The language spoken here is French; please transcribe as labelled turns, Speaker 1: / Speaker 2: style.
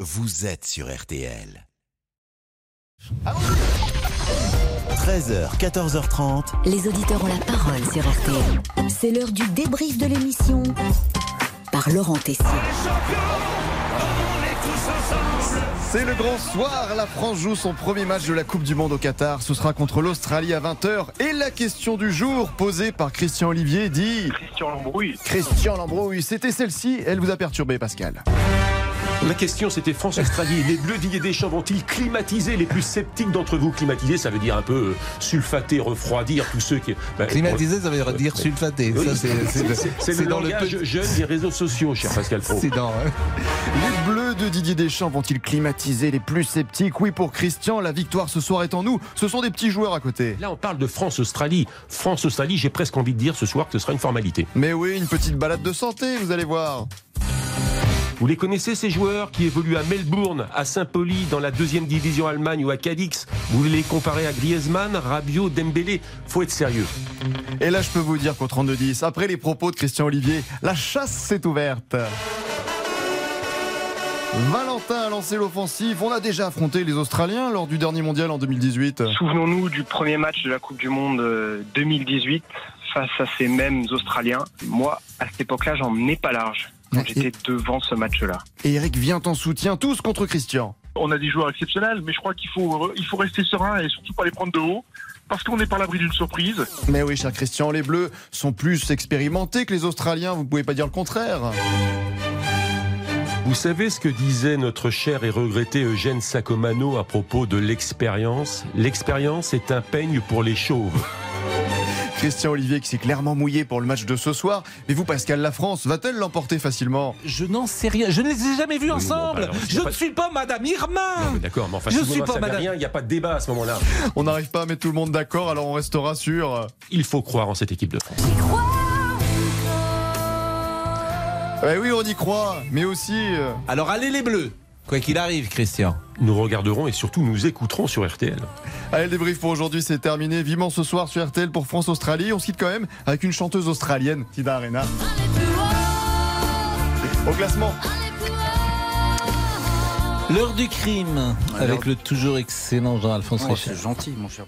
Speaker 1: vous êtes sur RTL.
Speaker 2: Ah
Speaker 1: 13h, 14h30.
Speaker 3: Les auditeurs ont la parole sur RTL. C'est l'heure du débrief de l'émission par Laurent Tessier.
Speaker 4: C'est le grand soir, la France joue son premier match de la Coupe du Monde au Qatar. Ce sera contre l'Australie à 20h. Et la question du jour, posée par Christian Olivier, dit...
Speaker 5: Christian Lambrouille.
Speaker 4: Christian Lambrouille, c'était celle-ci, elle vous a perturbé Pascal.
Speaker 6: La question, c'était France-Australie. Les Bleus d'Ilier Deschamps vont-ils climatiser les plus sceptiques d'entre vous Climatiser, ça veut dire un peu euh, sulfater, refroidir, tous ceux qui. bah,
Speaker 7: Climatiser, ça veut dire
Speaker 6: Ouais.
Speaker 7: sulfater.
Speaker 6: Oui,
Speaker 7: Ça, c'est-
Speaker 6: c'est- c'est- c'est le
Speaker 7: dans le
Speaker 6: langage
Speaker 7: petit-
Speaker 6: jeune des réseaux sociaux, cher Pascal Pro.
Speaker 7: C'est dans. hein.
Speaker 4: Les bleus de Didier Deschamps vont-ils climatiser les plus sceptiques Oui, pour Christian, la victoire ce soir est en nous. Ce sont des petits joueurs à côté.
Speaker 6: Là, on parle de France-Australie. France-Australie, j'ai presque envie de dire ce soir que ce sera une formalité.
Speaker 4: Mais oui, une petite balade de santé, vous allez voir.
Speaker 6: Vous les connaissez, ces joueurs qui évoluent à Melbourne, à Saint-Pauli, dans la deuxième division Allemagne ou à Cadix Vous voulez les comparer à Griezmann, Rabiot, Dembélé Faut être sérieux.
Speaker 4: Et là, je peux vous dire qu'au 32-10, après les propos de Christian Olivier, la chasse s'est ouverte. Valentin a lancé l'offensive. On a déjà affronté les Australiens lors du dernier mondial en 2018.
Speaker 5: Souvenons-nous du premier match de la Coupe du Monde euh, 2018 face à ces mêmes Australiens. Moi, à cette époque-là, j'en menais pas large. quand J'étais devant ce match-là.
Speaker 4: Et Eric vient en soutien, tous contre Christian.
Speaker 8: On a des joueurs exceptionnels, mais je crois qu'il faut, il faut rester serein et surtout pas les prendre de haut, parce qu'on n'est pas à l'abri d'une surprise.
Speaker 4: Mais oui, cher Christian, les Bleus sont plus expérimentés que les Australiens. Vous pouvez pas dire le contraire.
Speaker 6: Vous savez ce que disait notre cher et regretté Eugène Sacomano à propos de l'expérience L'expérience est un peigne pour les chauves.
Speaker 4: Christian Olivier qui s'est clairement mouillé pour le match de ce soir. Mais vous, Pascal, la France va-t-elle l'emporter facilement
Speaker 2: Je n'en sais rien. Je ne les ai jamais vus
Speaker 6: Oui, bon,
Speaker 2: ensemble.
Speaker 6: bah alors, c'est
Speaker 2: je
Speaker 6: pas-
Speaker 2: ne suis pas Madame Irma.
Speaker 6: D'accord, Ah, mais enfin,
Speaker 2: Je
Speaker 6: si vous
Speaker 2: suis
Speaker 6: n'en
Speaker 2: pas
Speaker 6: savez
Speaker 2: madame.
Speaker 6: rien, il n'y a pas de débat à ce moment-là.
Speaker 4: On n'arrive pas à mettre tout le monde d'accord, alors on restera sur.
Speaker 6: Il faut croire en cette équipe de France.
Speaker 4: Eh oui, on y croit, mais aussi. euh,
Speaker 2: Alors allez les bleus.
Speaker 7: Quoi qu'il arrive, Christian.
Speaker 6: Nous regarderons et surtout nous écouterons sur RTL.
Speaker 4: Allez, le débrief pour aujourd'hui, c'est terminé. Vivement ce soir sur RTL pour France-Australie. On se quitte quand même avec une chanteuse australienne, Tida Arena. Au classement.
Speaker 2: L'heure du crime.
Speaker 7: Avec le toujours excellent Jean-Alphonse Richard.
Speaker 9: gentil, mon cher.